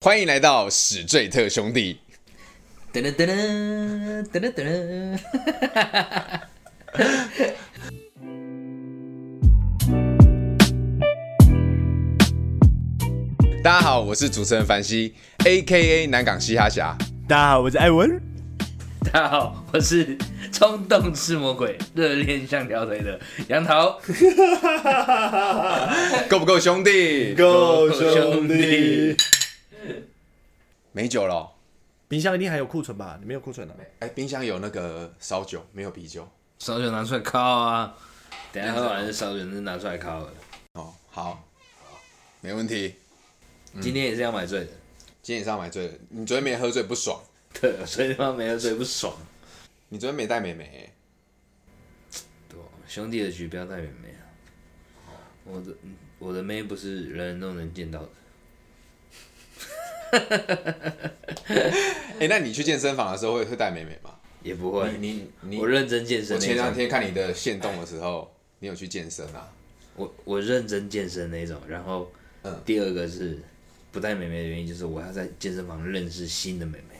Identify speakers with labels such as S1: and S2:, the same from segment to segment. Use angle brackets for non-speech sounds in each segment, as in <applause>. S1: 欢迎来到史最特兄弟，
S2: <laughs> 噔噔噔噔噔噔噔噔，
S1: 大家好，我是主持人凡西，A K A 南港嘻哈侠。
S3: 大家好，我是艾文。
S2: 大家好，我是冲动是魔鬼，热恋像条腿的杨桃。
S1: 够不够兄弟？
S3: Go
S2: 兄弟！
S1: 没酒了哦、
S3: 冰箱一定还有库存吧？你没有库存啊的、
S1: 哎，冰箱有那个烧酒，没有啤酒。
S2: 烧酒拿出来烤啊！等一下喝完这烧酒就拿出来烤了。
S1: 哦，好，没问题。
S2: 今天也是要买醉的，
S1: 今天你上买醉了，你昨天没喝醉不爽，
S2: 对，所以他妈没喝醉不爽。
S1: 你昨天没带妹妹欸、
S2: 对，兄弟的局不要带妹妹啊！我的我的妹不是人人都能见到的。
S1: 哎、那你去健身房的时候会会带妹妹吗？
S2: 也不会，
S1: 你你
S2: 我认真健身
S1: 我
S2: 那一
S1: 前两
S2: 种，
S1: 天看你的线动的时候，你有去健身啊？
S2: 我我认真健身那一种，然后
S1: 嗯
S2: 第二个是不带妹妹的原因，就是我要在健身房认识新的妹妹。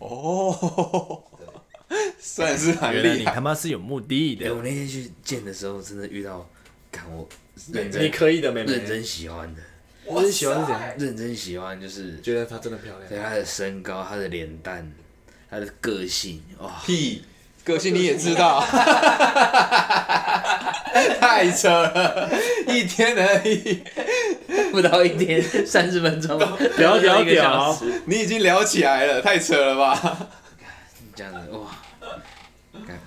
S1: 哦， <laughs> 算是蛮
S3: 原来你
S1: 厉害
S3: 他。妈是有目的
S2: 哎、
S3: 的
S2: 我，那天去见的时候，真的遇到，看我认真
S3: 你可以的，妹妹。
S2: 认真喜欢的，
S3: 我很喜欢是怎样？
S2: 认真喜欢就是
S3: 觉得她真的漂
S2: 对
S3: 亮。
S2: 她的身高、她的脸蛋、她的个性，
S3: <laughs>
S2: 哇、
S1: 屁，个性你也知道，太扯了，一天而已，
S2: 不到一天三十分钟，聊
S3: 屌
S2: 一个小时，
S1: 你已经聊起来了，太扯了吧？
S2: 这样子哇，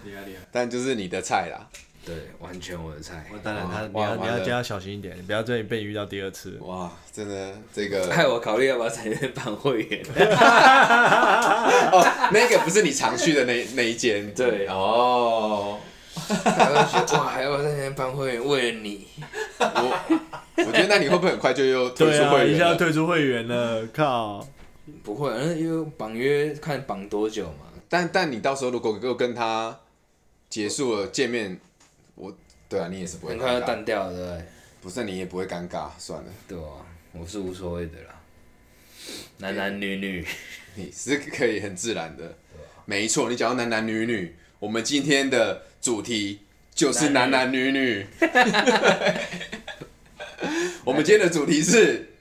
S3: 厉害厉害！
S1: 但就是你的菜啦，
S2: 对，完全我的菜。
S3: 当然她，你
S1: 哇
S3: 要
S1: 完
S3: 你
S1: 了
S3: 要就要小心一点，你不要再被遇到第二次。
S1: 哇，真的这个
S2: 害我考虑要不要在那边办会员。
S1: 哦，那个不是你常去的那那一间，
S2: 对
S1: 哦，
S2: 还要觉得哇，还要在那边办会员，为了你，
S1: 我我觉得那你会不会很快就又退
S3: 对
S1: 出
S3: 啊，
S1: 会
S3: 一
S1: 员
S3: 下
S1: 了？
S3: <laughs> 退出会员了，靠！
S2: 不会，那因为绑约看绑多久嘛。
S1: 但但你到时候如果又跟他结束了见面，我对啊，你也是不会
S2: 很快
S1: 尴
S2: 要
S1: 尬，
S2: 淡掉了，对不对？
S1: 不是你也不会尴尬，算了。
S2: 对啊，我是无所谓的啦，男男女女，
S1: 你是可以很自然的。没错，你讲到男男女女，我们今天的主题就是男男女 <laughs> 女。我们今天的主题是：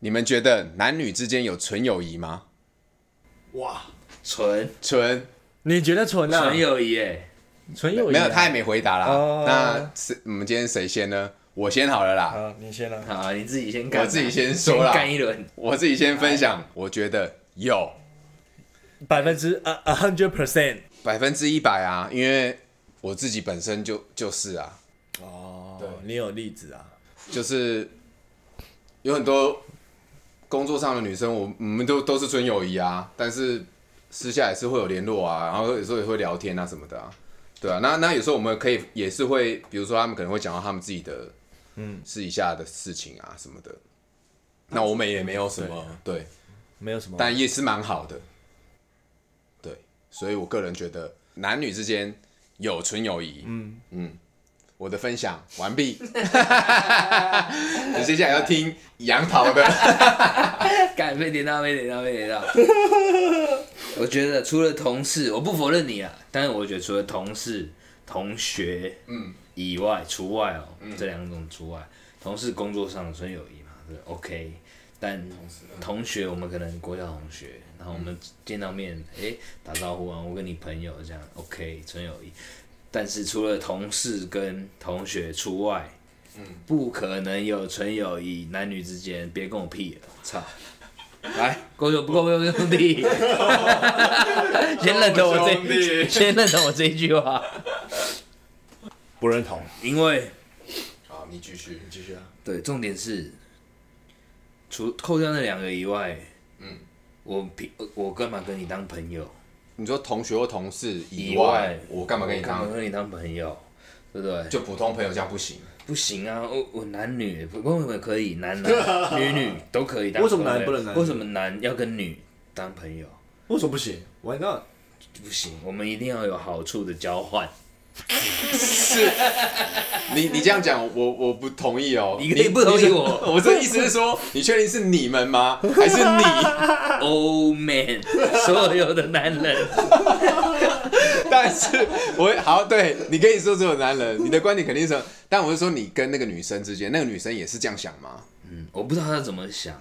S1: 你们觉得男女之间有纯友谊吗？
S3: 哇，
S2: 纯
S1: 纯
S3: 你觉得纯啊
S2: 纯？友谊哎，
S3: 纯友谊
S1: 没有，他
S3: 太
S1: 也没回答啦。
S3: 哦
S1: 那是我们今天谁先呢？我先好了啦，
S3: 好，你先了。
S2: 好啊，你自己先干啊，
S1: 我自己先说啦
S2: 干一轮，
S1: 我自己先分享。我觉得有
S3: 百分之啊 a hundred percent。
S1: 百分之一百啊，因为我自己本身就就是啊。
S3: 哦，你有例子啊？
S1: 就是有很多工作上的女生，我我们都都是纯友谊啊，但是私下也是会有联络啊，然后有时候也会聊天啊什么的啊，对啊，那那有时候我们可以也是会，比如说他们可能会讲到他们自己的嗯私底下的事情啊什么的，那我们也没有什么对，
S3: 没有什么，
S1: 但也是蛮好的，对，所以我个人觉得男女之间有纯友谊，嗯我的分享完
S2: <laughs>
S1: 毕，我接下来要听杨桃的，
S2: <laughs> 干被点到，被点到，被点到。我觉得除了同事，我不否认你啊，但是我觉得除了同事、同学，嗯，以外除外哦，这两种除外，同事工作上的纯友谊嘛，这 OK。但同学，我们可能国小同学，然后我们见到面，诶，打招呼啊，我跟你朋友这样，OK，纯友谊。但是除了同事跟同学除外，不可能有纯友谊，男女之间别跟我屁了，操！来，够用不够用兄弟，先认同
S1: 够
S2: 我
S1: 不够兄
S2: 这，
S1: 弟
S2: 先认同我这一句话，
S3: 不认同。
S2: 因为
S1: 好，你继续，
S3: 继续啊。
S2: 对，重点是，除扣掉那两个以外，嗯，我平我干嘛跟你当朋友？
S1: 你说同学或同事以
S2: 以
S1: 外
S2: 外，
S1: 我干嘛跟你
S2: 我干
S1: 当
S2: 嘛跟你当朋友？对不对？
S1: 就普通朋友这样不行，
S2: 不行啊，我我男女不不不可以，男男女女都可以当
S3: 为
S2: 朋
S3: 什
S2: 友。
S3: 么男不能男女
S2: 为什么男要跟女当朋友？
S3: 为什么不行？Why not？
S2: 不行，我们一定要有好处的交换。
S1: 是，你你这样讲，我我不同意哦。
S2: 你可以不同意我
S1: <laughs> 你我这意思是说，你确定是你们吗？还是你？
S2: ，Oh man，所有的男人，
S1: <laughs> 但是我好，对你可以说这种男人，你的观点肯定是，但我是说你跟那个女生之间，那个女生也是这样想吗？
S2: 嗯我不知道他怎么想，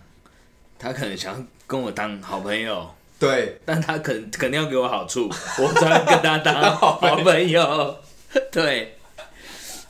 S2: 他可能想跟我当好朋友，
S1: 对，
S2: 但他肯肯定要给我好处， <laughs> 我才会跟他当好朋
S1: <laughs>
S2: 友。对，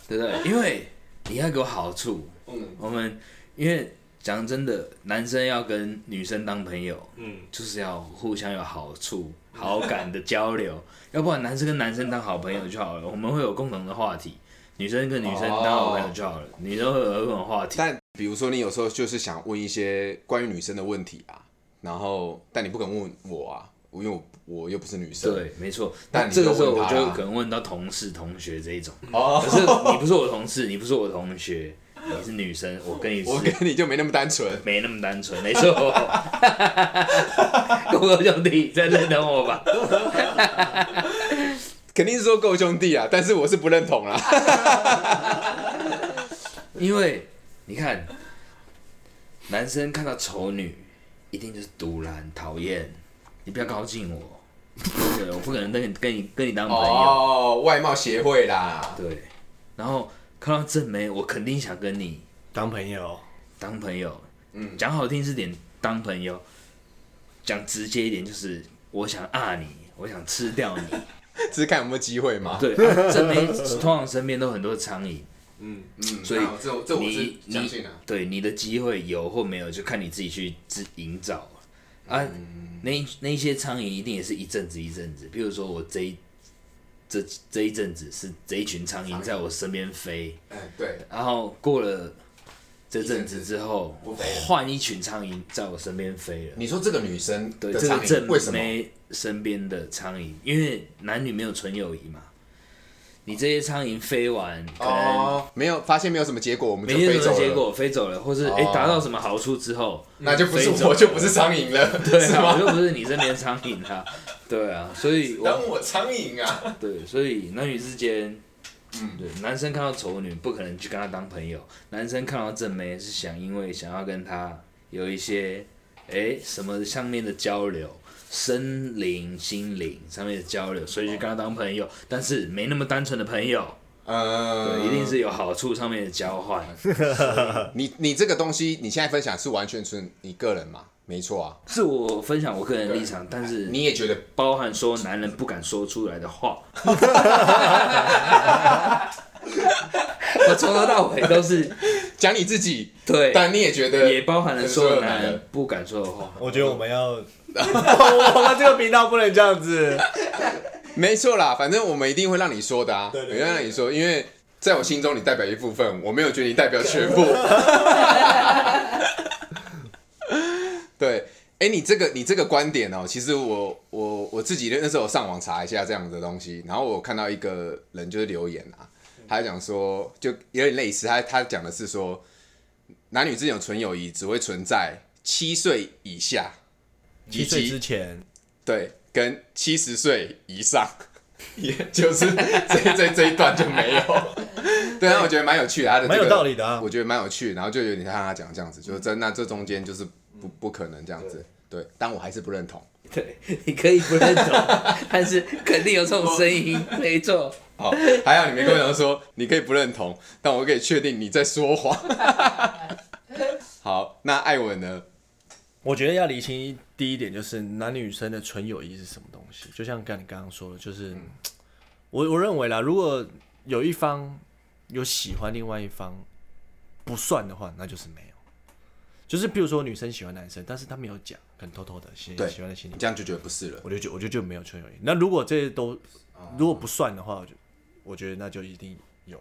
S2: 对对，因为你要给我好处，
S1: 嗯，
S2: 我们因为讲真的，男生要跟女生当朋友，
S3: 嗯，
S2: 就是要互相有好处、好感的交流， <laughs> 要不然男生跟男生当好朋友就好了，我们会有共同的话题。女生跟女生当好朋友就好了，女生会有共同话题。
S1: 但比如说你有时候就是想问一些关于女生的问题啊，然后但你不肯问我啊，因为我我又不是女生。，
S2: 对，没错。
S1: 但
S2: 那
S1: 你
S2: 这个
S1: 就
S2: 时候
S1: 问
S2: 我
S1: 他
S2: 就
S1: 啦
S2: 可能问到同事、同学这一种。
S1: 哦
S2: 可是你不是我同事，你不是我同学，你是女生，我跟你
S1: 我
S2: 是
S1: 跟你就没那么单纯。
S2: 没那么单纯，没错。狗狗兄弟，再认同我吧。
S1: 肯定是说够兄弟啊，但是我是不认同啦。
S2: 因为你看，男生看到丑女，一定就是独揽讨厌，你不要靠近我，对我不可能跟你跟你跟你当朋友。
S1: 哦，外貌协会啦，
S2: 对，然后看到正妹，我肯定想跟你
S3: 当朋友，
S2: 当朋友。
S1: 嗯
S2: 讲好听是点当朋友，讲直接一点就是我想啊你，我想吃掉
S1: <laughs>
S2: 你。
S1: 只是看有没有机会嘛。
S2: 对，啊、正妹通常身边都很多苍蝇，
S3: 嗯，
S1: 嗯
S2: 所以
S1: 那这这我是
S2: 你
S1: 相
S2: 你
S1: 信啊。
S2: 对你的机会有或没有，就看你自己去自营造啊。
S1: 嗯
S2: 那那一些苍蝇一定也是一阵子一阵子，比如说我这一这这一阵子是这一群苍
S1: 苍
S2: 蝇
S1: 蝇
S2: 在我身边飞，
S1: 哎，对，
S2: 然后过了这阵子之后
S1: 不飞了，
S2: 换一群苍蝇在我身边飞了。
S1: 你说这个女生
S2: 对，
S1: 的
S2: 这个
S1: 苍蝇为
S2: 正
S1: 什么？
S2: 妹身边的苍蝇，因为男女没有纯友谊嘛。你这些苍蝇飞完，可能
S1: 哦，没有发现没有什么结果，我们
S2: 没
S1: 就
S2: 有
S1: 飞
S2: 什么
S1: 走
S2: 结
S1: 了，
S2: 果，嗯飞走了，或是
S1: 哦
S2: 哎达到什么好处之后，
S1: 那就不是
S2: 飞走
S1: 我，就不是苍蝇了，
S2: 对
S1: 是
S2: 啊，我
S1: 吗？
S2: 又不是你身边苍蝇啊，对啊，所以
S1: 当
S2: 我
S1: 我苍蝇啊！
S2: 对，所以男女之间，
S1: 嗯
S2: 对，男生看到丑女不可能去跟她当朋友，男生看到正妹是想因为想要跟她有一些哎什么上面的交流。身灵、心灵上面的交流，所以去跟她当朋友，但是没那么单纯的朋友，
S1: 呃，
S2: 对，一定是有好处上面的交换。
S1: 你你这个东西，你现在分享是完全纯你个人嘛？没错啊，
S2: 是我分享我个人的立场，但是
S1: 你也觉得
S2: 包含说男人不敢说出来
S1: <laughs>
S2: 的话。我从头到尾都是
S1: 讲你自己，
S2: 对，
S1: 但你也觉得
S2: 也包含了所有男人不敢说的话。
S3: 我觉得我们 <laughs> 要，我们这个频道不能这样子。
S1: 没错啦，反正我们一定会让你说的啊，
S3: 对对
S1: 我
S3: 对
S1: 一定会让你说，因为在我心中你代表一部分，我没有觉得你代表全
S3: <laughs>
S1: 部。对，哎、你这个你这个观点哦、其实我我我自己那时候有上网查一下这样的东西，然后我看到一个人就是留言啊，
S3: 嗯
S1: 他讲说就有点类似，他他讲的是说男女之间有纯友谊只会存在七岁以下，
S3: 七岁之前，
S1: 对，跟七十岁以上， <laughs> 也就是 <laughs> 这这这一段就没
S2: <laughs>
S1: 有。对，那我觉得蛮有趣的，呃他的、这个、
S3: 蛮有道理的啊
S1: 我觉得蛮有趣，然后就有点像他讲这样子，就是真那这中间就是不不可能这样子。对，但我还是不认同。
S2: 对，你可以不认同，但是肯定有这种声音，没错。
S1: <laughs> 好，还好你没跟我讲说你可以不认同，但我可以确定你在说谎。
S2: <laughs>
S1: 好，那艾文呢？
S3: 我觉得要理清一第一点就是男女生的纯友谊是什么东西。就像刚你刚刚说的，就是、
S1: 嗯
S3: 我我认为啦，如果有一方有喜欢另外一方不算的话，那就是没有。就是比如说女生喜欢男生，但是他没有讲，可能偷偷的心
S1: 对
S3: 喜欢在心里
S1: 你，这样就觉得不是了。
S3: 我就觉我就就没有纯友谊。那如果这些都如果不算的话，我就我觉得那就一定有。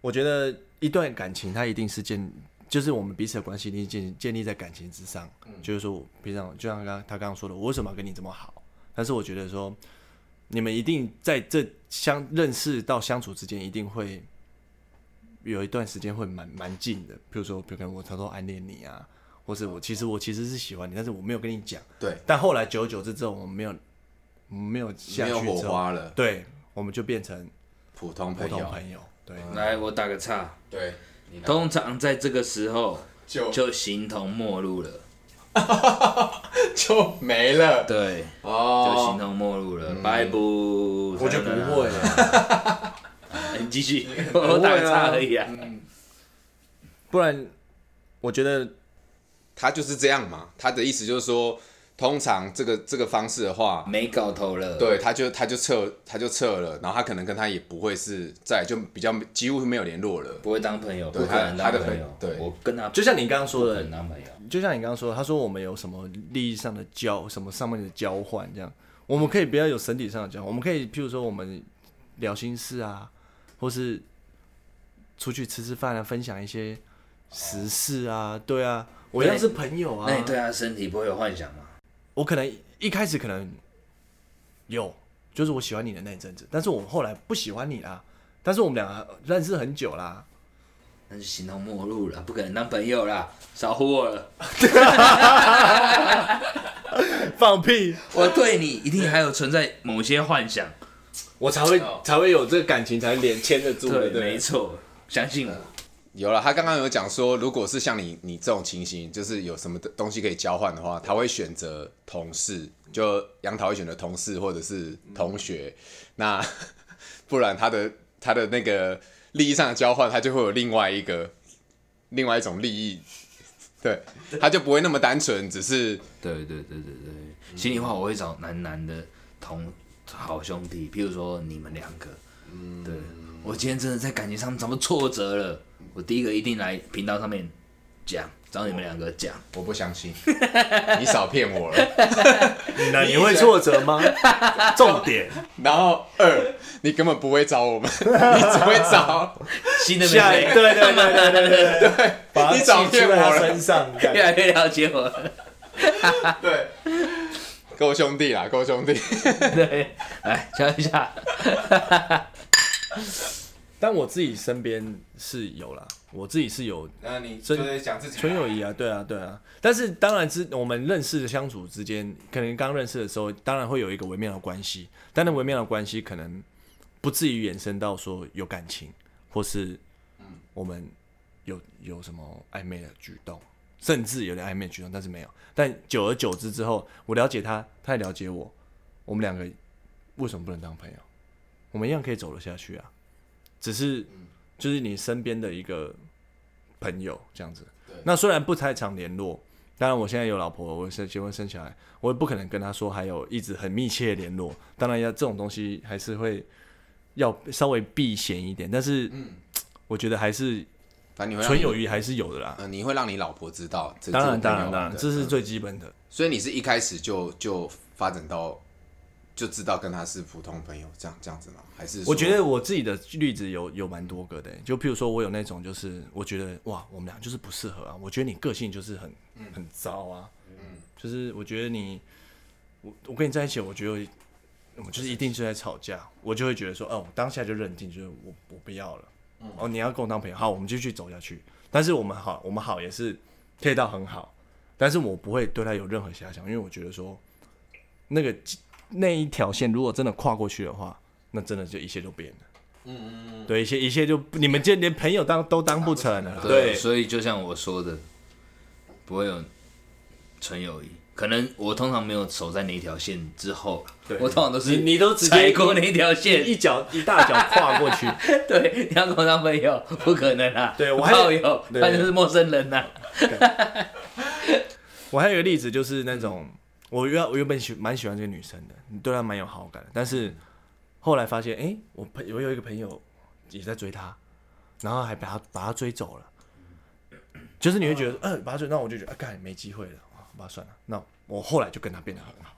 S3: 我觉得一段感情它一定是建，就是我们彼此的关系一定建建立在感情之上。就是说我平常就像刚刚他刚刚说的，我为什么要跟你这么好？但是我觉得说，你们一定在这相认识到相处之间，一定会有一段时间会蛮蛮近的。比如说，比如可能我偷偷暗恋你啊，或是我其实我其实是喜欢你，但是我没有跟你讲。
S1: 对，
S3: 但后来久而久之之后，我们没有我们没有下
S1: 没
S3: 去
S1: 有火
S3: 之后，
S1: 花了。
S3: 对，我们就变成
S1: 普通
S3: 普
S1: 朋
S3: 通
S1: 友，
S3: 朋友，对，
S2: 来，我打个岔。
S1: 对，你呢
S2: 通常在这个时候
S1: 就就
S2: 就形同陌路了，
S1: <laughs> 就没了
S2: 对，就形
S1: 哦。
S2: 同陌路了，拜拜。
S3: 我就不会
S2: 了。
S3: 了，
S2: <laughs> 哎你继续，
S1: 不会啊
S2: 我打个岔而已啊。
S3: 不然我觉得
S1: 他就是这样嘛，他的意思就是说，通常这个这个方式的话，
S2: 没搞头了。
S1: 对，他就他就撤他就撤了，然后他可能跟他也不会是在就比较几乎没有联络了。
S2: 不会当朋友，
S1: 对
S2: 不可能
S1: 他他
S2: 当
S1: 的
S2: 朋
S1: 朋
S2: 友。
S1: 对
S2: 我跟他
S3: 就像你刚刚说
S2: 不可
S3: 的
S2: 能，当朋友。
S3: 就像你刚刚说的，他说我们有什么利益上的交，什么上面的交换，这样我们可以不要有身体上的交换，我们可以譬如说我们聊心事啊，或是出去吃吃饭啊，分享一些时事啊，对啊，我一样是朋友啊
S2: 那，你对他的身体不会有幻想吗？
S3: 我可能一开始可能有，就是我喜欢你的那一阵子，但是我后来不喜欢你啦，但是我们两个认识很久啦，
S2: 那就形同陌路了，不可能当朋友啦，少唬我了。
S3: 放屁，
S2: 我对你一定还有存在某些幻想，
S3: 我才会才会有这个感情，才连牵得住
S2: 对，没错，相信
S3: 嗯
S2: 我。
S1: 有了，他刚刚有讲说，如果是像你你这种情形，就是有什么东西可以交换的话，他会选择同事，就杨桃会选择同事或者是同学，那 <laughs> 不然他的他的那个利益上的交换，他就会有另外一个另外一种利益，对，他就不会那么单纯，只是
S2: 对对对对对，心里话我会找男男的同好兄弟，譬如说你们两个，嗯，对我今天真的在感情上遭挫折了，我第一个一定来频道上面讲，找你们两个
S3: <laughs>
S2: 讲，
S1: 我不相信，你少骗我了。
S3: 那你会挫折吗？ <laughs> 重点，
S1: 然后二，你根本不会找我们， <laughs> 你只会找
S2: 新的妹
S3: 下一
S2: 妹
S3: 对
S2: <laughs>
S3: <laughs> 对对对对对，把它
S1: 你找
S3: 寄出
S1: 骗
S3: 在
S1: 我
S3: 他
S1: 了
S3: 身上，
S2: 越来越了解我了，
S1: 对，够兄弟啦，够兄弟。
S2: 对，来教一下，
S3: 但我自己身边是有啦，我自己是有
S1: 那你
S3: 真
S1: 就是讲自己
S3: 纯友谊啊，对啊，对啊。但是当然之我们认识的相处之间，可能刚认识的时候，当然会有一个微妙的关系，但那微妙的关系可能不至于衍生到说有感情，或是我们有有什么暧昧的举动，甚至有点暧昧的举动，但是没有。但久而久之之后，我了解他，他也了解我，我们两个为什么不能当朋友？我们一样可以走得下去啊，只是就是你身边的一个朋友这样子。那虽然不太常联络，当然我现在有老婆，我生结婚生小孩，我也不可能跟她说还有一直很密切的联络。当然要这种东西还是会要稍微避嫌一点，但是、
S1: 嗯
S3: 我觉得还是
S1: 反正你会让
S3: 纯
S1: 你，
S3: 友谊还是有的啦。
S1: 呃，你会让你老婆知道。这
S3: 当然，
S1: 这个
S3: 当
S1: 朋友嗯
S3: 然，当然，
S1: 对
S3: 这是最基本的。
S1: 所以你是一开始就就发展到就知道跟他是普通朋友，这样这样子吗？还是
S3: 我觉
S1: 得
S3: 得我自己的例子有有蛮多个的、欸就譬如说我有那种就是我觉得哇，我们俩就是不适合啊，我觉得你个性就是很很糟啊，就是我觉得你我我跟你在一起，我觉得我们就是一定是在吵架，我就会觉得说，哦，我当下就认定就是我我不要了，哦，你要跟我当朋友，好，我们继续走下去，但是我们好，我们好也是可以到很好，但是我不会对他有任何遐想，因为我觉得说那个那一条线如果真的跨过去的话，那真的就一切就变了。嗯嗯，对，一切一切就你们这连朋友当都当不成了，对，
S2: 所以就像我说的，不会有纯友谊。可能我通常没有守在那一条线之后，
S3: 对
S2: 我通常都是
S3: 你你都直接
S2: 踩过那一条线，
S3: 一脚一大脚跨过去，
S2: <laughs> 对，你要跟我当朋友， <laughs> 不可能啊！
S3: 对我还
S2: 炮友，
S3: 对
S2: 他就是陌生人啊呐、
S3: 我还有一个例子，就是那种我原我原本喜蛮喜欢这个女生的，对她蛮有好感的，但是后来发现，哎、我朋我有一个朋友也在追她，然后还把她把她追走了，就是你会觉得，嗯、把她追，那我就觉得，啊，干没机会了，啊把她算了。那我后来就跟她变得很好，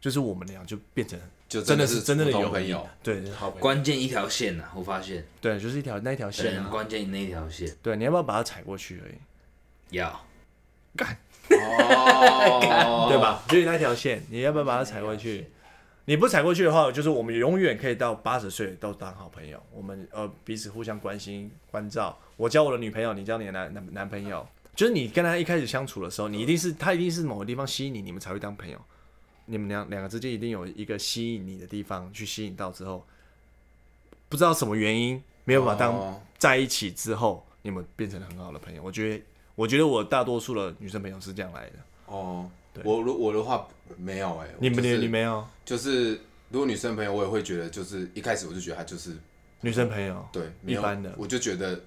S3: 就是我们俩就变成
S1: 就真
S3: 真
S1: 的
S3: 的
S1: 是
S3: 是真正的
S1: 普通
S3: 有
S1: 朋友
S3: 谊，对，好朋友，
S2: 关键一条线啊呐、我发现，
S3: 对，就是一条那一条
S2: 对
S3: 线，啊，
S2: 关键那一条线
S3: 对，你要不要把她踩过去而已，
S2: 要
S3: 干。
S1: 哦，
S3: 对？吧？就是那条线，你要不要把它踩过去？你不踩过去的话，就是我们永远可以到八十岁都当好朋友，我们呃彼此互相关心关照。我交我的女朋友，你交你的男男男朋友，就是你跟他一开始相处的时候，你一定是他一定是某个地方吸引你，你们才会当朋友。你们两两个之间一定有一个吸引你的地方，去吸引到之后，不知道什么原因没有办法
S1: 哦
S3: 当在一起之后，你们变成很好的朋友。我觉得，我觉得我大多数的女生朋友是这样来的。
S1: 哦，我如我的话没有哎、
S3: 你们、
S1: 就是
S3: 你你没有
S1: 就是如果女生朋友，我也会觉得就是一开始我就觉得她就是
S3: 女生朋友？
S1: 对没
S3: 一
S1: 有
S3: 般的。
S1: 我就觉得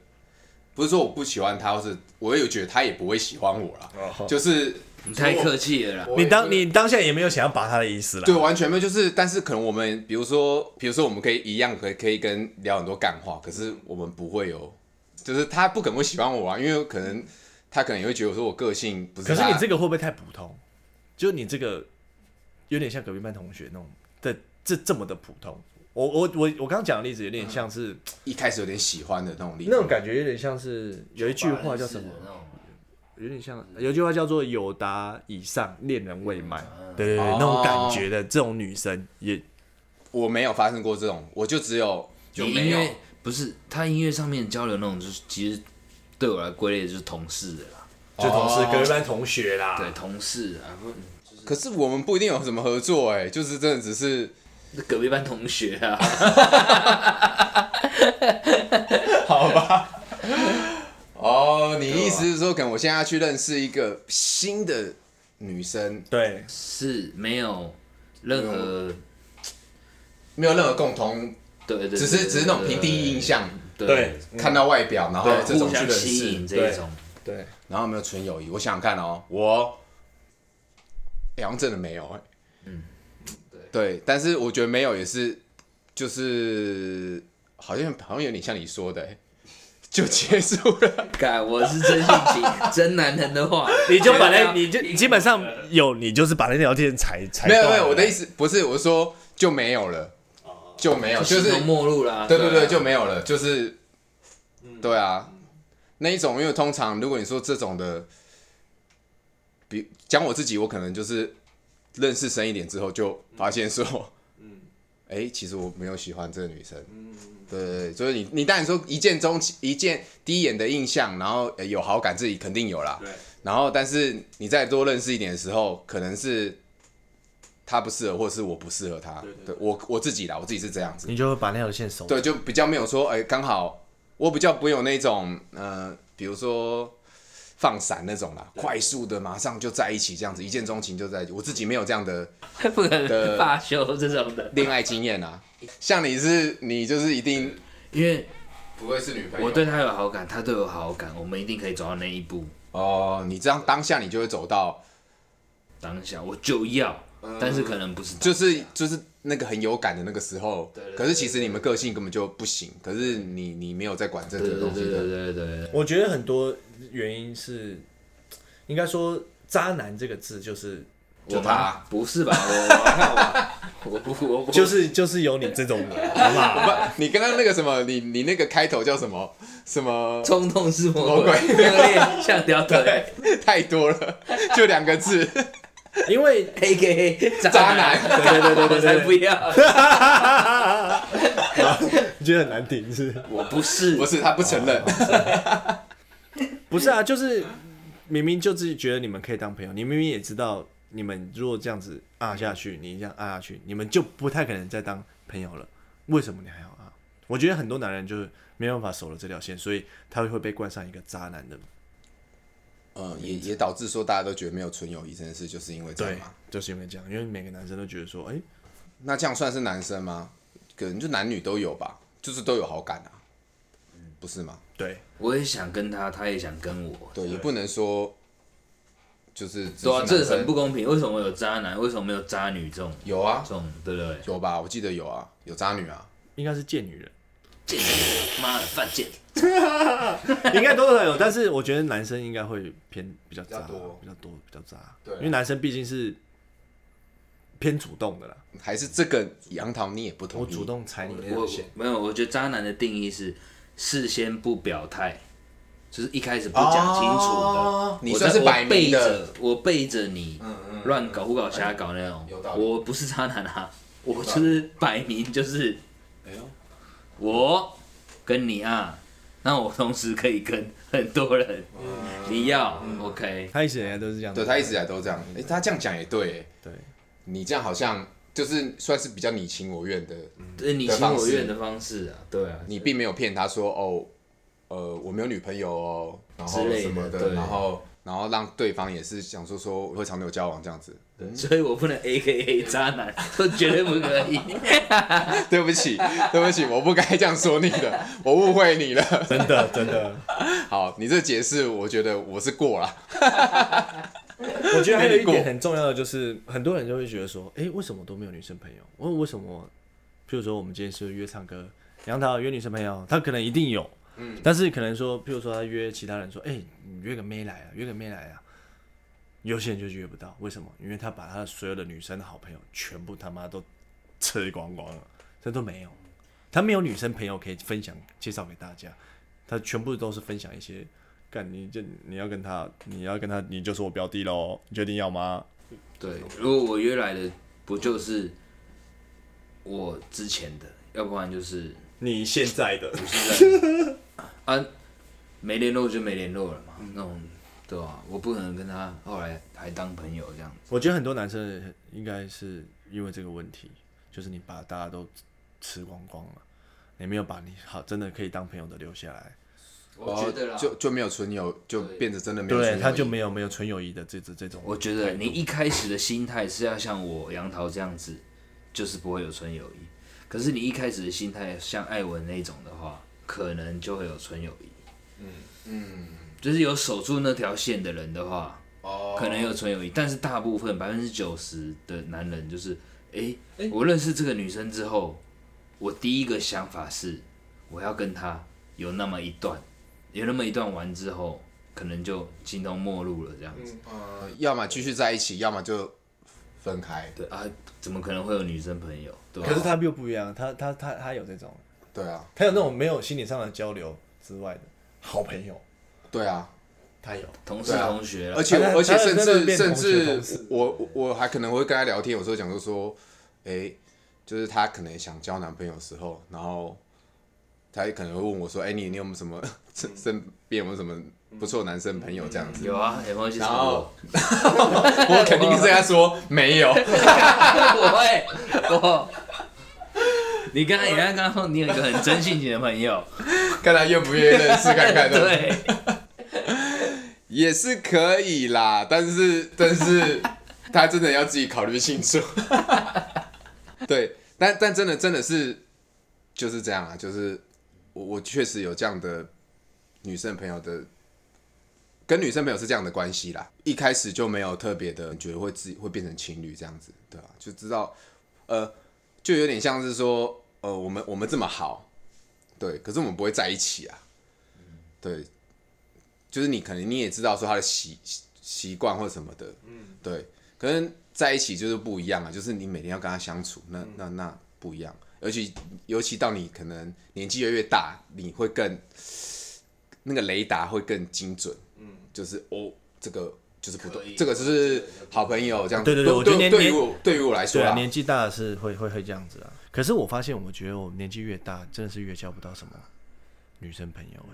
S1: 不是说我不喜欢她，或是我也觉得她也不会喜欢我啦，
S3: 哦
S1: 就是
S2: 你太客气了啦。
S1: 我
S3: 你
S1: 我
S3: 当你当下也没有想要拔他的意思啦。
S1: 对，完全没有，就是，但是可能我们，比如说，比如说，我们可以一样可以可以跟聊很多干话，可是我们不会有，就是他不可能会喜欢我啊，因为可能他可能也会觉得我说我个性不是
S3: 可
S1: 他。
S3: 是你这个会不会太普通？就你这个有点像隔壁班同学那种的，这这么的普通。我我我我刚刚讲的例子有点像是、
S1: 一开始有点喜欢的那种力，
S3: 嗯那种感觉，有点像是有一句话叫什么？
S2: 那种
S3: 有点像有一句话叫做“有达以上，恋人未满”。对对对，
S1: 哦
S3: 那种感觉的这种女生也
S1: 我没有发生过这种，我就只有就
S2: 啊你
S1: 没
S2: 音
S1: 有
S2: 乐不是他音乐上面交流那种，就是其实对我来归类就是同事的啦，
S3: 就同事隔壁班同学啦
S2: 对，同事啊，不
S1: 可是我们不一定有什么合作、哎，就是真的只是
S2: 是隔壁班同学啊，
S1: 哦，你意思是说，可能我现在要去认识一个新的女生，
S3: 对
S2: 是没有任何
S1: 没有任何共同，
S2: 对对，对
S1: 只是只是那种凭第一印，象，
S2: 对
S3: 对，
S1: 看到外表，然后
S3: 对
S1: 这
S2: 互
S1: 种去
S2: 相
S1: 认
S2: 吸
S1: 识
S2: 引。这一种，
S3: 对，
S1: 然后有没有纯友谊？我想想看哦，我、欸、好像真的没有哎、嗯，对，但是我觉得没有也是，就是好像好像有点像你说的、欸， <laughs> 就结束了。
S2: 改我是真性情，真男人的话，
S3: 你就把
S2: 对
S3: 那
S2: 啊
S3: 你就基本上有你就是把那聊天踩踩
S1: 没有
S3: 断
S1: 没有，
S3: 了
S1: 我的意思不是，我说就没有了，就没有，就
S2: 形
S1: 是
S2: 同陌路啦，
S1: 对对对，
S2: 啊
S1: 就没有了，就是，对啊，那一种，因为通常如果你说这种的，比讲我自己，我可能就是认识深一点之后，就发现说，嗯，哎、其实我没有喜欢这个女生，嗯，对对对，所以你你当然说一见钟情，一见第一眼的印象，然后、呃有好感，自己肯定有啦，
S2: 对，
S1: 然后但是你再多认识一点的时候，可能是。他不适合，或者是我不适合他。对我我自己啦，我自己是这样子。
S3: 你就会把那条线收。
S1: 对，就比较没有说，哎、刚好我比较不会有那种，呃，比如说放闪那种啦，快速的马上就在一起这样子，一见钟情就在一起。我自己没有这样的
S2: <laughs> 不可能
S1: 的
S2: 罢休这种的，
S1: 恋爱经验啊。
S2: 哎
S1: 像你是，你就是一定
S2: 因为
S1: 不会是女朋
S2: 我对他有好感，他对我好感，我们一定可以走到那一步。
S1: 哦，你这样当下你就会走到，
S2: 当下我就要，但是可能不是当下，
S1: 就是就是那个很有感的那个时候。
S2: 对对
S1: 可是其实你们个性根本就不行，可是你你没有在管这
S2: 对
S1: 个
S2: 对对
S1: 东西
S2: 对
S1: 的。
S2: 对对对，
S3: 我觉得很多原因是，应该说“渣男”这个字就是
S1: 我怕
S2: 不是吧？我我我我我
S3: 就是就是有你这种人，好不好？ <laughs>
S1: 不，你刚刚那个什么，你你那个开头叫什么什么？
S2: 冲动是魔
S1: 魔
S2: 鬼
S1: 鬼，
S2: 热烈像条腿
S1: 太多了，就两个字，
S3: 因为
S2: ，A K A
S1: 渣男。
S3: 对对对对对
S2: 我才不要，
S3: 你觉得很难听是？
S2: 我不
S1: <laughs>
S2: 是
S1: 不，是他不承认，
S3: <laughs> 不是啊，就是明明就自己觉得你们可以当朋友，你明明也知道你们如果这样子啊下去，你这样啊下去，你们就不太可能再当朋友了。为什么你还要啊？我觉得很多男人就是没办法守了这条线，所以他会被冠上一个渣男的。
S1: <laughs> 嗯，也也导致说大家都觉得没有纯友谊这件事，就是因为这样
S3: 对
S1: 嘛。，
S3: 就是因为这样，因为每个男生都觉得说，哎、
S1: 那这样算是男生吗？可能就男女都有吧，就是都有好感啊，不是吗？
S3: 对，
S2: 我也想跟他，他也想跟我。
S1: 对，也不能说就是
S2: 对啊，这很
S1: 很
S2: 不公平。为什么有渣男？为什么没有渣女这种
S1: 有啊
S2: 这，种？对不对？
S1: 有吧？我记得有啊，有渣女啊，
S3: 应该是贱女人。
S2: 贱人，妈的犯贱！
S3: <laughs> 应该多少有，但是我觉得男生应该会偏比较渣，
S1: 比较多
S3: 比较多，比较渣。
S1: 对啊
S3: 因为男生毕竟是偏主动的啦，
S1: 还是这个杨桃你也不同
S3: 我
S1: 意？
S3: 主动踩你那条
S2: 我
S3: 线。
S2: 没有，我觉得渣男的定义是事先不表态，就是一开始不讲清楚的。
S1: 哦你
S2: 我
S1: 算
S2: 在
S1: 是摆
S2: 我背
S1: 明
S2: 着
S1: 的，嗯
S2: 我背着你，乱搞胡搞瞎搞那种
S1: 哎有道。理
S2: 我不是渣男啊，我
S1: 道
S2: 就
S1: 理
S2: 是摆明就是
S1: 哎呦，
S2: 我跟你啊，那我同时可以跟很多人，
S1: 嗯
S2: 你要 OK。
S3: 他一直以来都是这样子。
S1: 对他一直以来都这样。哎，他这样讲也对，哎
S3: 对，
S1: 你这样好像就是算是比较你情我愿的，
S2: 对你情我愿的方式啊，对啊，
S1: 你并没有骗他说哦，呃，我没有女朋友哦，然后
S2: 之类的
S1: 什么
S2: 对
S1: 然后然后让对方也是想说说会长久交往这样子。 <laughs>
S2: 所以我不能 A K A 渣男， <laughs> 我绝对不可
S1: <laughs>
S2: 以。
S1: 对不起， <laughs> 对不起，我不该这样说你的， <laughs> 我误会你了。 <laughs>
S3: 真的真的，
S1: 好，你这解释，我觉得我是过了。
S3: 我觉得还有一
S1: 没
S3: 点
S1: 过
S3: 很重要的就是，很多人就会觉得说，哎、为什么都没有女生朋友？我为什么？譬如说我们今天是约唱歌，杨桃约女生朋友，他可能一定有，嗯，但是可能说，譬如说他约其他人说，哎、你约个妹来啊，约个妹来啊，有些人就约不到，为什么？因为他把他所有的女生的好朋友全部他妈都吃光光了，这都没有，他没有女生朋友可以分享介绍给大家，他全部都是分享一些干你这你要跟他，你要跟他，你就是我表弟喽，你决定要吗？
S2: 对，如果我约来的不就是我之前的，要不然就是
S3: 你现在的，
S2: 现在啊，没联络就没联络了嘛，
S1: 嗯
S2: 那种对吧、啊我不可能跟他后来还当朋友这样。
S3: 我觉得很多男生应该是因为这个问题，就是你把大家都吃光光了，你没有把你好真的可以当朋友的留下来，
S2: 我觉得啦，
S1: 哦就就没有纯友，就
S2: 对
S1: 变得真的没有纯
S3: 对，
S1: 友谊。
S3: 他就没有没有纯友谊的这这这种，
S2: 我觉得你一开始的心态是要像我杨桃这样子，就是不会有纯友谊。可是你一开始的心态像艾文那种的话，可能就会有纯友谊。嗯嗯，就是有守住那条线的人的话，
S1: 哦
S2: 可能有纯友谊。但是大部分百分之九十的男人就是，哎、我认识这个女生之后，我第一个想法是，我要跟她有那么一段，有那么一段完之后，可能就形同陌路了这样子。
S1: 呃要么继续在一起，要么就分开。
S2: 对啊，怎么可能会有女生朋友？对吧、
S3: 可是他又不一样，他他他他有这种，
S1: 对啊，
S3: 他有那种没有心理上的交流之外的好朋友，
S1: 对啊，
S3: 他有，
S2: 同事
S1: 对啊
S2: 同学啦
S1: 而且
S3: 他
S1: 而且
S3: 他
S1: 甚
S3: 真的
S1: 至
S3: 变
S1: 甚
S3: 同学
S1: 至
S3: 同事
S1: 我我我还可能会跟他聊天，有时候讲就说，哎、就是他可能想交男朋友的时候，然后他也可能会问我说，哎、你你有没有什么身身边有没有什么不错的男生朋友这样子？
S2: 有啊，有没有去
S1: 然
S2: 查
S1: 后
S2: 过？
S1: 我肯定跟人家说没有，
S2: 我会， <laughs> 我。你刚才，你刚刚说你有一个很真性情的
S1: <laughs>
S2: 朋友，
S1: 看他愿不愿意认识看
S2: <laughs>
S1: 看的。
S2: 对，
S1: 也是可以啦，但是但是他真的要自己考虑清楚。对，但但真的真的是就是这样啊，就是我我确实有这样的女生朋友的，跟女生朋友是这样的关系啦，一开始就没有特别的觉得会自己会变成情侣这样子，对吧、就知道呃，就有点像是说呃，我们我们这么好，对，可是我们不会在一起啊，对，就是你可能你也知道说他的习习习惯或什么的，嗯，对，可能在一起就是不一样啊，就是你每天要跟他相处，那那那不一样，尤其尤其到你可能年纪越来越大，你会更那个雷达会更精准，嗯，就是哦，这个就是不
S2: 可
S1: 对，
S2: 以
S1: 这个就是好朋友这样子，
S3: 对对对我觉
S1: 对
S3: 得年
S1: 对于
S3: 年
S1: 我对于我来说
S3: 对啊，
S1: 啦，
S3: 年纪大的是会会会这样子啊。可是我发现，我觉得我年纪越大，真的是越交不到什么女生朋友哎、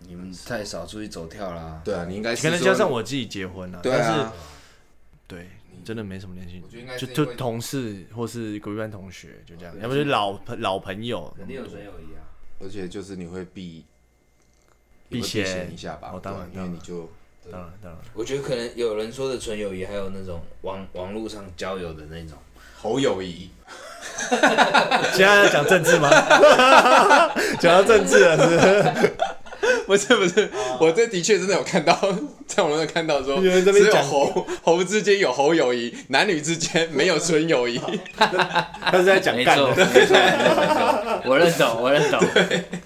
S2: 你们太少出去走跳啦。
S1: 对啊，你应该是
S3: 可能
S1: 说
S3: 加上我自己结婚了、
S1: 对
S3: 但
S1: 啊
S3: 是，对，真的没什么联系
S1: 我觉得应该，是
S3: 就
S1: 因为
S3: 就同事或是隔壁班同学就这样，要不就老朋老朋友，
S2: 肯定有纯友谊啊。
S1: 而且就是你会避
S3: 避
S1: 也会避
S3: 嫌
S1: 一下吧，
S3: 哦当然
S1: 对啊因为你就
S3: 当然当然，
S2: 我觉得可能有人说的纯友谊，还有那种网网络上交友的那种，
S1: 好友谊。
S3: 现在要讲
S1: <laughs>
S3: 政治吗？讲到政治了是不是？
S1: 不是不是，我这的确真的有看到，在网络上看到说，
S3: 啊有人在那
S1: 只
S3: 边
S1: 有
S3: 讲
S1: 猴猴之间有猴友谊，男女之
S3: <laughs>
S1: 间没有纯友谊。
S3: 啊他是在讲
S2: 没
S3: 干
S2: 错，
S3: 的，
S2: 没错，没错没错我认同，我认同。 <laughs> 嗯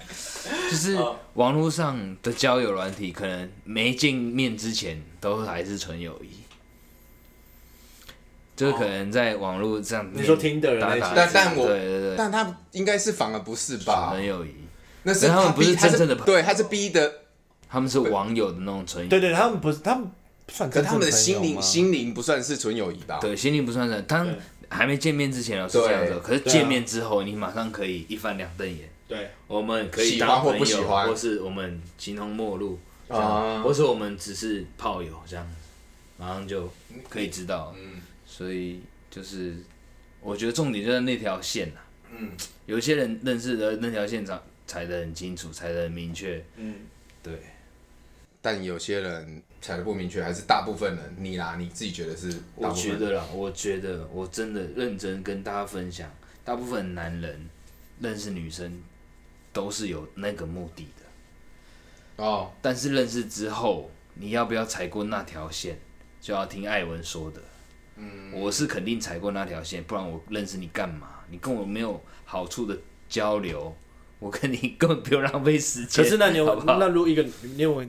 S2: 就是网络上的交友软体，可能没见面之前都还是纯友谊，就是可能在网络上面
S3: 你说 Tinder
S2: 打打
S3: 那些
S1: 但但我
S2: 对对对，
S1: 但他应该是反而不是吧
S2: 纯？友谊，
S1: 那是
S2: 可是他们不
S1: 逼
S2: 是
S1: 他
S2: 真正的朋友
S1: 对，他是逼的，
S2: 他们是网友的那种纯友谊，
S3: 对对，他们不是他们不算
S1: 可
S3: 真
S1: 他
S3: 正
S1: 们
S3: 朋
S1: 的
S3: 友
S1: 心灵
S3: 吗
S1: 心灵不算是纯友谊吧？
S2: 对，心灵不算人，他们还没见面之前哦是这样子
S1: 对
S2: 哦，可是
S3: 对啊
S2: 见面之后，你马上可以一翻两瞪眼，
S3: 对
S2: 我们可以
S1: 喜欢
S2: 当
S1: 或
S2: 朋
S1: 不喜
S2: 友
S1: 欢
S2: 或是我们形同陌路。
S1: 啊
S2: 或是我们只是炮
S1: 嗯
S2: 友这样，马上就可以知道。所以就是我觉得重点就在那条线呐、嗯，有些人认识的那条线踩踩得很清楚，踩得很明确。
S4: 嗯，
S2: 对，
S1: 但有些人踩的不明确，还是大部分人，你啦，你自己觉得是大
S2: 我
S1: 部
S2: 觉
S1: 分人
S2: 得啦，我觉得我真的认真跟大家分享，大部分男人认识女生都是有那个目的的，
S1: 哦，
S2: 但是认识之后，你要不要踩过那条线，就要听艾文说的。嗯，我是肯定踩过那条线，不然我认识你干嘛？你跟我没有好处的交流，我跟你根本不用浪费时间。
S3: 可是那你有
S2: 好不好
S3: 那如果一个因为我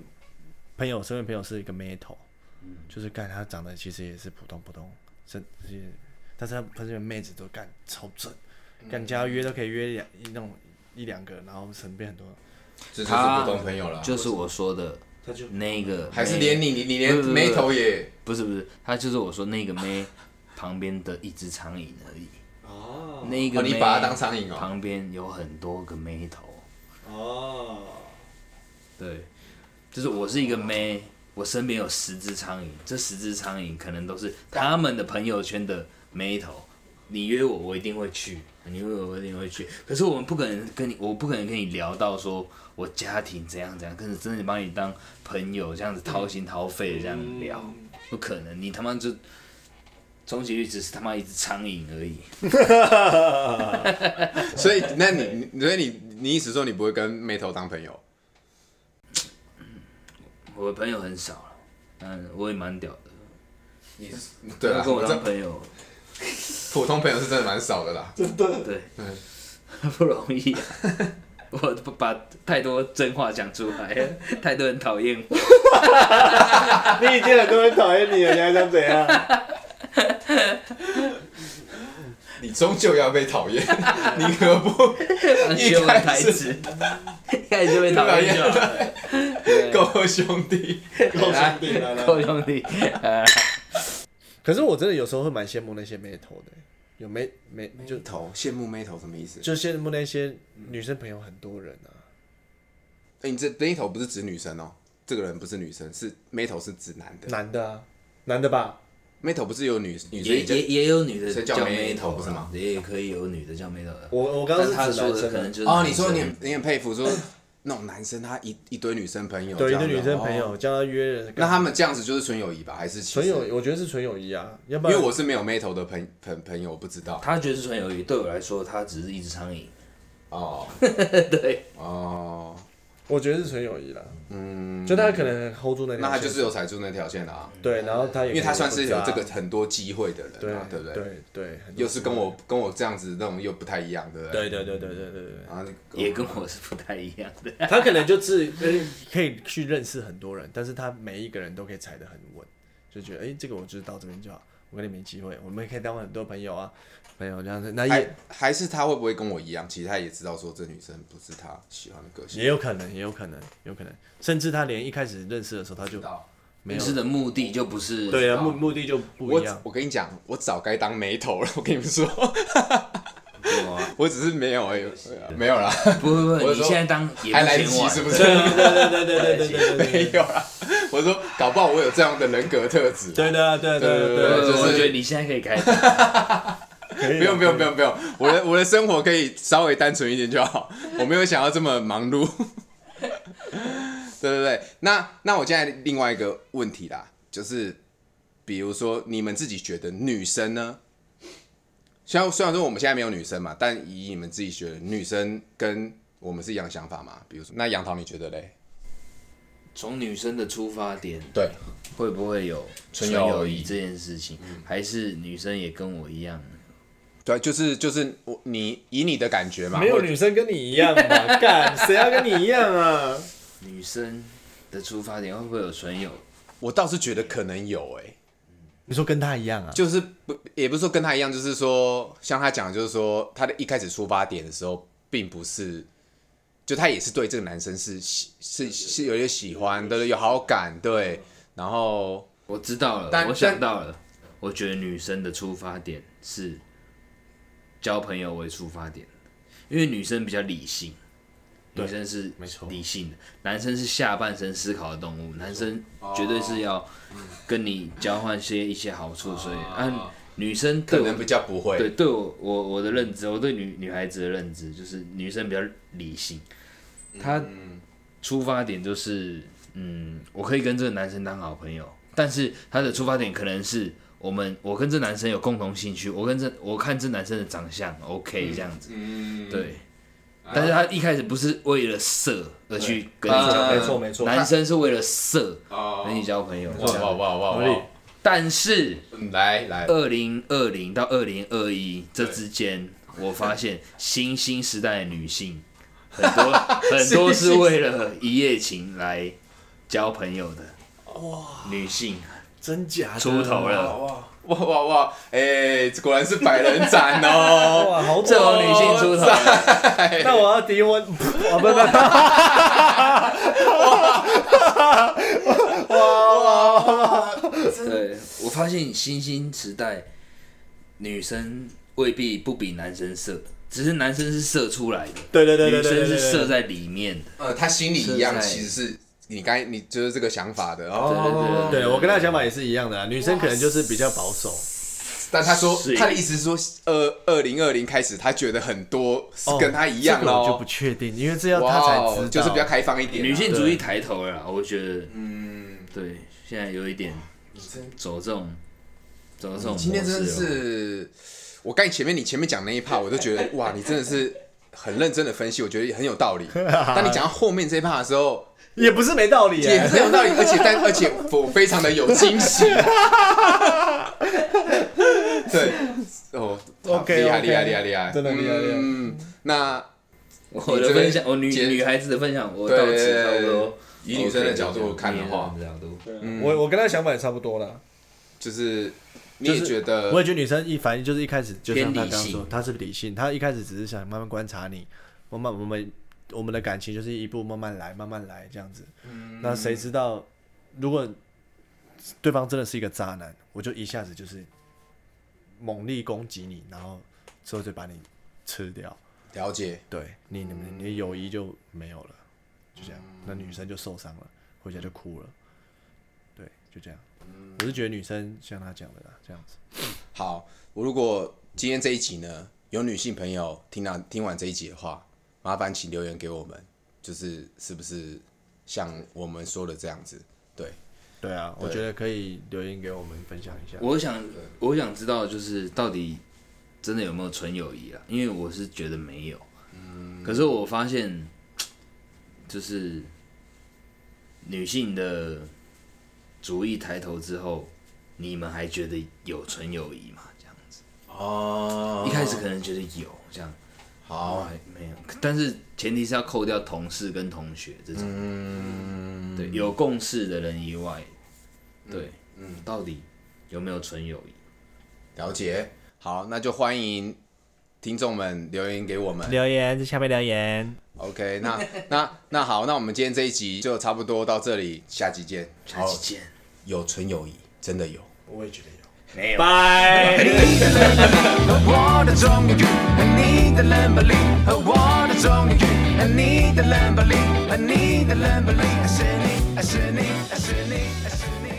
S3: 朋友身边朋友是一个妹头，就是干他长得其实也是普通普通，这这些，但是他朋友妹子都干超正，
S4: 嗯
S3: 干家约都可以约两一那种一两个，然后身边很多，
S1: 这就是
S2: 他
S1: 普通朋友了，
S2: 就是我说的
S3: 他就
S2: 那个，
S1: 还是连你你你连
S2: 不是不是
S1: 眉头也
S2: 不是不是，他就是我说那个
S1: <laughs>
S2: 妹旁边的一只苍蝇而已。
S4: 哦
S2: 那
S1: 哦
S2: 个妹、
S1: 你把它当苍蝇哦
S2: 旁边有很多个妹头。
S4: 哦，
S2: 对，就是我是一个妹，我身边有十只苍蝇，这十只苍蝇可能都是他们的朋友圈的妹头。你约我，我一定会去；你约我，我一定会去。可是我们不可能跟你，我不可能跟你聊到说我家庭怎样怎样，跟着真的把你当朋友这样子掏心掏肺的这样聊，不可能。你他妈就终极率只是他妈一只苍蝇而已。
S1: 所以，那你，你所以你，你意思说你不会跟妹头当朋友？
S2: 我的朋友很少了，嗯，我也蛮屌的。
S1: 你对
S2: 要
S1: 啊，
S2: 跟我
S1: 我
S2: 当
S1: 这
S2: 朋友，
S1: 普通朋友是真的蛮少的啦。
S4: 真的，
S2: 对，不容易、啊。 <laughs> 我把太多真话讲出来了，太多人讨厌我。
S4: 你已经很多人讨厌你了，你还想怎样？
S1: 你终究要被讨
S2: <laughs>
S1: 厌，你何不
S2: 学完台词，一开始就被讨厌就好了。对
S1: 够兄弟？
S4: 够兄弟
S1: <laughs>
S2: <laughs>
S4: 了，
S2: 够兄弟，呃
S3: <laughs> 可是我真的有时候会蛮羡慕那些妹头的，有妹妹就
S1: 就头羡慕妹头什么意思？
S3: 就羡慕那些女生朋友很多人啊，
S1: 哎，你这妹头不是指女生哦，这个人不是女生，是妹头是指男
S2: 嗯
S1: 的。
S3: 男的啊，男的吧，
S1: 妹头不是有女女生
S2: 也
S1: 已
S2: 也
S1: 经
S2: 也有女的
S1: 谁叫
S2: 叫
S1: 妹
S2: 妹
S1: 头
S2: 头
S1: 不是吗
S2: 啊也可以有女的叫妹头的。
S3: 我我刚刚
S2: 但
S3: 是
S2: 他
S3: 指
S2: 说的
S3: 男生
S2: 可
S3: 啊
S2: 能就是
S1: 哦，你说
S2: 男
S1: 你
S2: 生
S1: 很你很佩服说那种男生他一一堆女生朋友，
S3: 对一
S1: 这样
S3: 堆女
S1: 的
S3: 生朋，
S1: 哦
S3: 友叫他约人干嘛，
S1: 那他们这样子就是纯友谊吧？还是其实
S3: 纯友，？我觉得是纯友谊啊，要不
S1: 因为
S3: 然
S1: 我是没有妹头的朋朋朋友，我不知道
S2: 他觉得是纯友谊，对我来说，他只是一只苍蝇。
S1: 哦
S2: 对，
S1: 哦。
S3: 我觉得是纯友谊啦，嗯，就他可能 hold 住那条线，
S1: 那他就是有踩住那条线的啊，
S3: 对，然后他也
S1: 因为他算是有这
S3: 可
S1: 个
S3: 能
S1: 很多机会的
S3: 不知
S1: 人
S3: 道
S1: 啊，对不
S3: 对
S1: 对？
S3: 对对，很多
S1: 又是跟我跟我这样子那种又不太一样，对啊不对？
S3: 对对对对对对对，
S1: 然后
S2: 也跟我是不太一样的。
S1: 哎
S3: 他可能就是呃可以去认识很多人，但是他每一个人都可以踩得很稳，就觉得哎、诶这个我就是到这边就好，我跟你没机会，我们也可以当很多朋友啊，朋友这样子，那也
S1: 还还是他会不会跟我一样？其实他也知道说这女生不是他喜欢的个性，
S3: 也有可能，也有可能，有可能，甚至他连一开始认识的时候他就没
S2: 认
S3: 有
S2: 识，的目的就不是
S3: 对啊，目目的就不一
S1: 我
S3: 样，
S1: 我跟你讲，我早该当眉头了。我跟你们说，
S2: 对啊
S1: 我只是没有哎而已，没有啦，
S2: 不不不，
S1: 我
S2: 你
S1: 说
S2: 现在当也
S1: 还
S2: 不
S1: 来得
S2: 嫌
S1: 及
S2: 晚，
S1: 是不
S2: 是？
S1: 是？
S3: 对对对对对对
S1: 没有啦，我说搞不好我有这样的人格特质。
S3: 对的对对啊
S1: 对呃就是
S2: 我觉得你现在可以开始。
S3: 对，
S1: 不用不用不用
S3: 用，
S1: 不用，我的我的生活可以稍微单纯一点就好，我没有想要这么忙碌。 <laughs> 对对对，那那我现在另外一个问题啦，就是比如说你们自己觉得女生呢，虽然虽然说我们现在没有女生嘛，但以你们自己觉得女生跟我们是一样的想法嘛？比如说，那杨桃你觉得嘞？
S2: 从女生的出发点，
S1: 对，
S2: 会不会有
S1: 纯
S2: 纯
S1: 友谊
S2: 友谊这件事情，还是女生也跟我一样？
S1: 对，就是就是我你以你的感觉嘛，
S3: 没有
S1: 或者
S3: 女生跟你一样嘛，
S1: <laughs>
S3: 干谁要跟你一样啊？
S2: 女生的出发点会不会有纯友？
S1: 我倒是觉得可能有哎、
S3: 你说跟他一样啊？
S1: 就是不也不是说跟他一样，就是说像他讲，就是说他的一开始出发点的时候，并不是，就他也是对这个男生是喜是是有点喜欢，对对，有好感，对，然后
S2: 我知道
S1: 但
S2: 了，我想到了，我觉得女生的出发点是交朋友为出发点，因为女生比较理性，
S3: 对
S2: 女生是
S3: 没错
S2: 理性的，男生是下半身思考的动物，男生绝对是要跟你交换些一些好处，所以啊，女生
S1: 可
S2: 对我
S1: 能比较不会。
S2: 对对我我我的认知，我对女女孩子的认知就是女生比较理性，
S1: 嗯
S2: 她出发点就是嗯，我可以跟这个男生当好朋友，但是她的出发点可能是我们我跟这男生有共同兴趣，我跟这我看这男生的长相 OK 这样子，
S1: 嗯，
S2: 对。但是他一开始不是为了色而去
S1: 对
S2: 跟
S1: 啊
S2: 你交朋友，
S1: 没
S3: 错没错
S2: 男生是为了色
S1: 哦
S2: 跟你交朋友。
S1: 哇哇哇哇
S3: 合理
S1: 哇！
S2: 但是
S1: 嗯来来，
S2: 二零二零到二零二一这之间，
S3: <laughs>
S2: 我发现新兴时代的女性很
S3: <laughs>
S2: 多很多是为了一夜情来交朋友的。哇，女性
S3: 真假的
S2: 出头了
S3: 哇
S1: 哇哇哇！哎，果然是百人斩哦！
S3: 哇，好
S2: 这
S3: 屌
S2: 种女性出头了，
S3: 那我要敌我，
S1: 哦
S3: 啊不不不，
S2: 对我发现新兴时代女生未必不比男生色，只是男生是射出来的，
S3: 对对对对对对
S2: 女生
S3: 对
S2: 是
S3: 对
S2: 射在里面的。
S1: <laughs> 呃，他心里一样，
S2: 是在
S1: 其实是你刚才你就是这个想法的
S2: 对对对
S1: 哦。
S2: 对
S3: <laughs> 对我跟他的想法也是一样的啊，女生可能就是比较保守，
S1: 但他说
S2: 是
S1: 他的意思是说，二二零二零开始，他觉得很多是
S3: 哦
S1: 跟他一样
S3: 这个我就
S1: 喽
S3: 不。确定，因为这要他
S1: 哇
S3: 才
S1: 哦
S3: 知道，
S1: 就是比较开放一点啊。
S2: 女性主义抬头了啦，我觉得，
S1: 嗯，
S2: 对，现在有一点
S1: 真
S2: 走这种走这种模式了。哦
S1: 今天真的是，我刚才前面你前面讲那一
S3: <laughs>
S1: part，我都觉得哇，你真的是很认真的分析，我觉得很有道
S3: <laughs>
S1: 理。当你讲到后面这一 part 的时候，
S3: 也不是没道理
S1: 也
S3: 啊
S1: 是。有道理，而且但而且我非常的有惊
S3: <laughs>
S1: 喜。对，哦
S3: OK，OK
S1: 厉害厉害厉害厉害，
S3: 真的厉害厉害
S1: 嗯，那
S2: 我的分享，我女
S1: 结
S2: 女孩子的分享，我
S1: 对
S2: 到此差不多。
S1: 以女生的角度看的话，
S2: 女生角度
S3: 我我跟他的想法也差不多了，
S1: 就是你也觉得
S3: 我也觉得女生一反应就是一开始就像他刚刚
S2: 偏理
S3: 说
S2: 性，
S3: 她是理性，她一开始只是想慢慢观察你，慢慢我们我们的感情就是一步慢慢来，慢慢来这样子。
S2: 嗯
S3: 那谁知道如果对方真的是一个渣男，我就一下子就是猛力攻击你，然后之后就把你吃掉，
S1: 了解，
S3: 对你你们你的友谊就没有了，就这样，
S2: 嗯
S3: 那女生就受伤了，回家就哭了，对，就这样。
S2: 嗯
S3: 我是觉得女生像他讲的啦，这样子。
S1: 好，我如果今天这一集呢，有女性朋友听到听完这一集的话，麻烦请留言给我们，就是是不是像我们说的这样子？对，
S3: 对啊，我
S1: 对
S3: 觉得可以留言给我们分享一下。
S2: 我想我想知道，就是到底真的有没有纯友谊啊？因为我是觉得没有。可是我发现，就是女性的主义抬头之后，你们还觉得有纯友谊吗？这样子，
S1: 哦
S2: 一开始可能觉得有这样。
S1: 好，
S2: 哎没有，但是前提是要扣掉同事跟同学这种，对，有共识的人以外，对，嗯，到底有没有纯友谊？
S1: 了解，好，那就欢迎听众们留言给我们。
S3: 留言在下面留言，
S1: OK，那那那好，那我们今天这一集就差不多到这里，下集见。
S2: 下期
S1: 好
S2: 见，
S1: 有纯友谊，真的有。
S3: 我也觉得有。
S2: 没有。
S3: 拜。
S1: 我的终于和你的冷暴力，和我的终于和你的冷暴力，和你的冷暴力，爱是你，爱是你，爱是你，爱是你。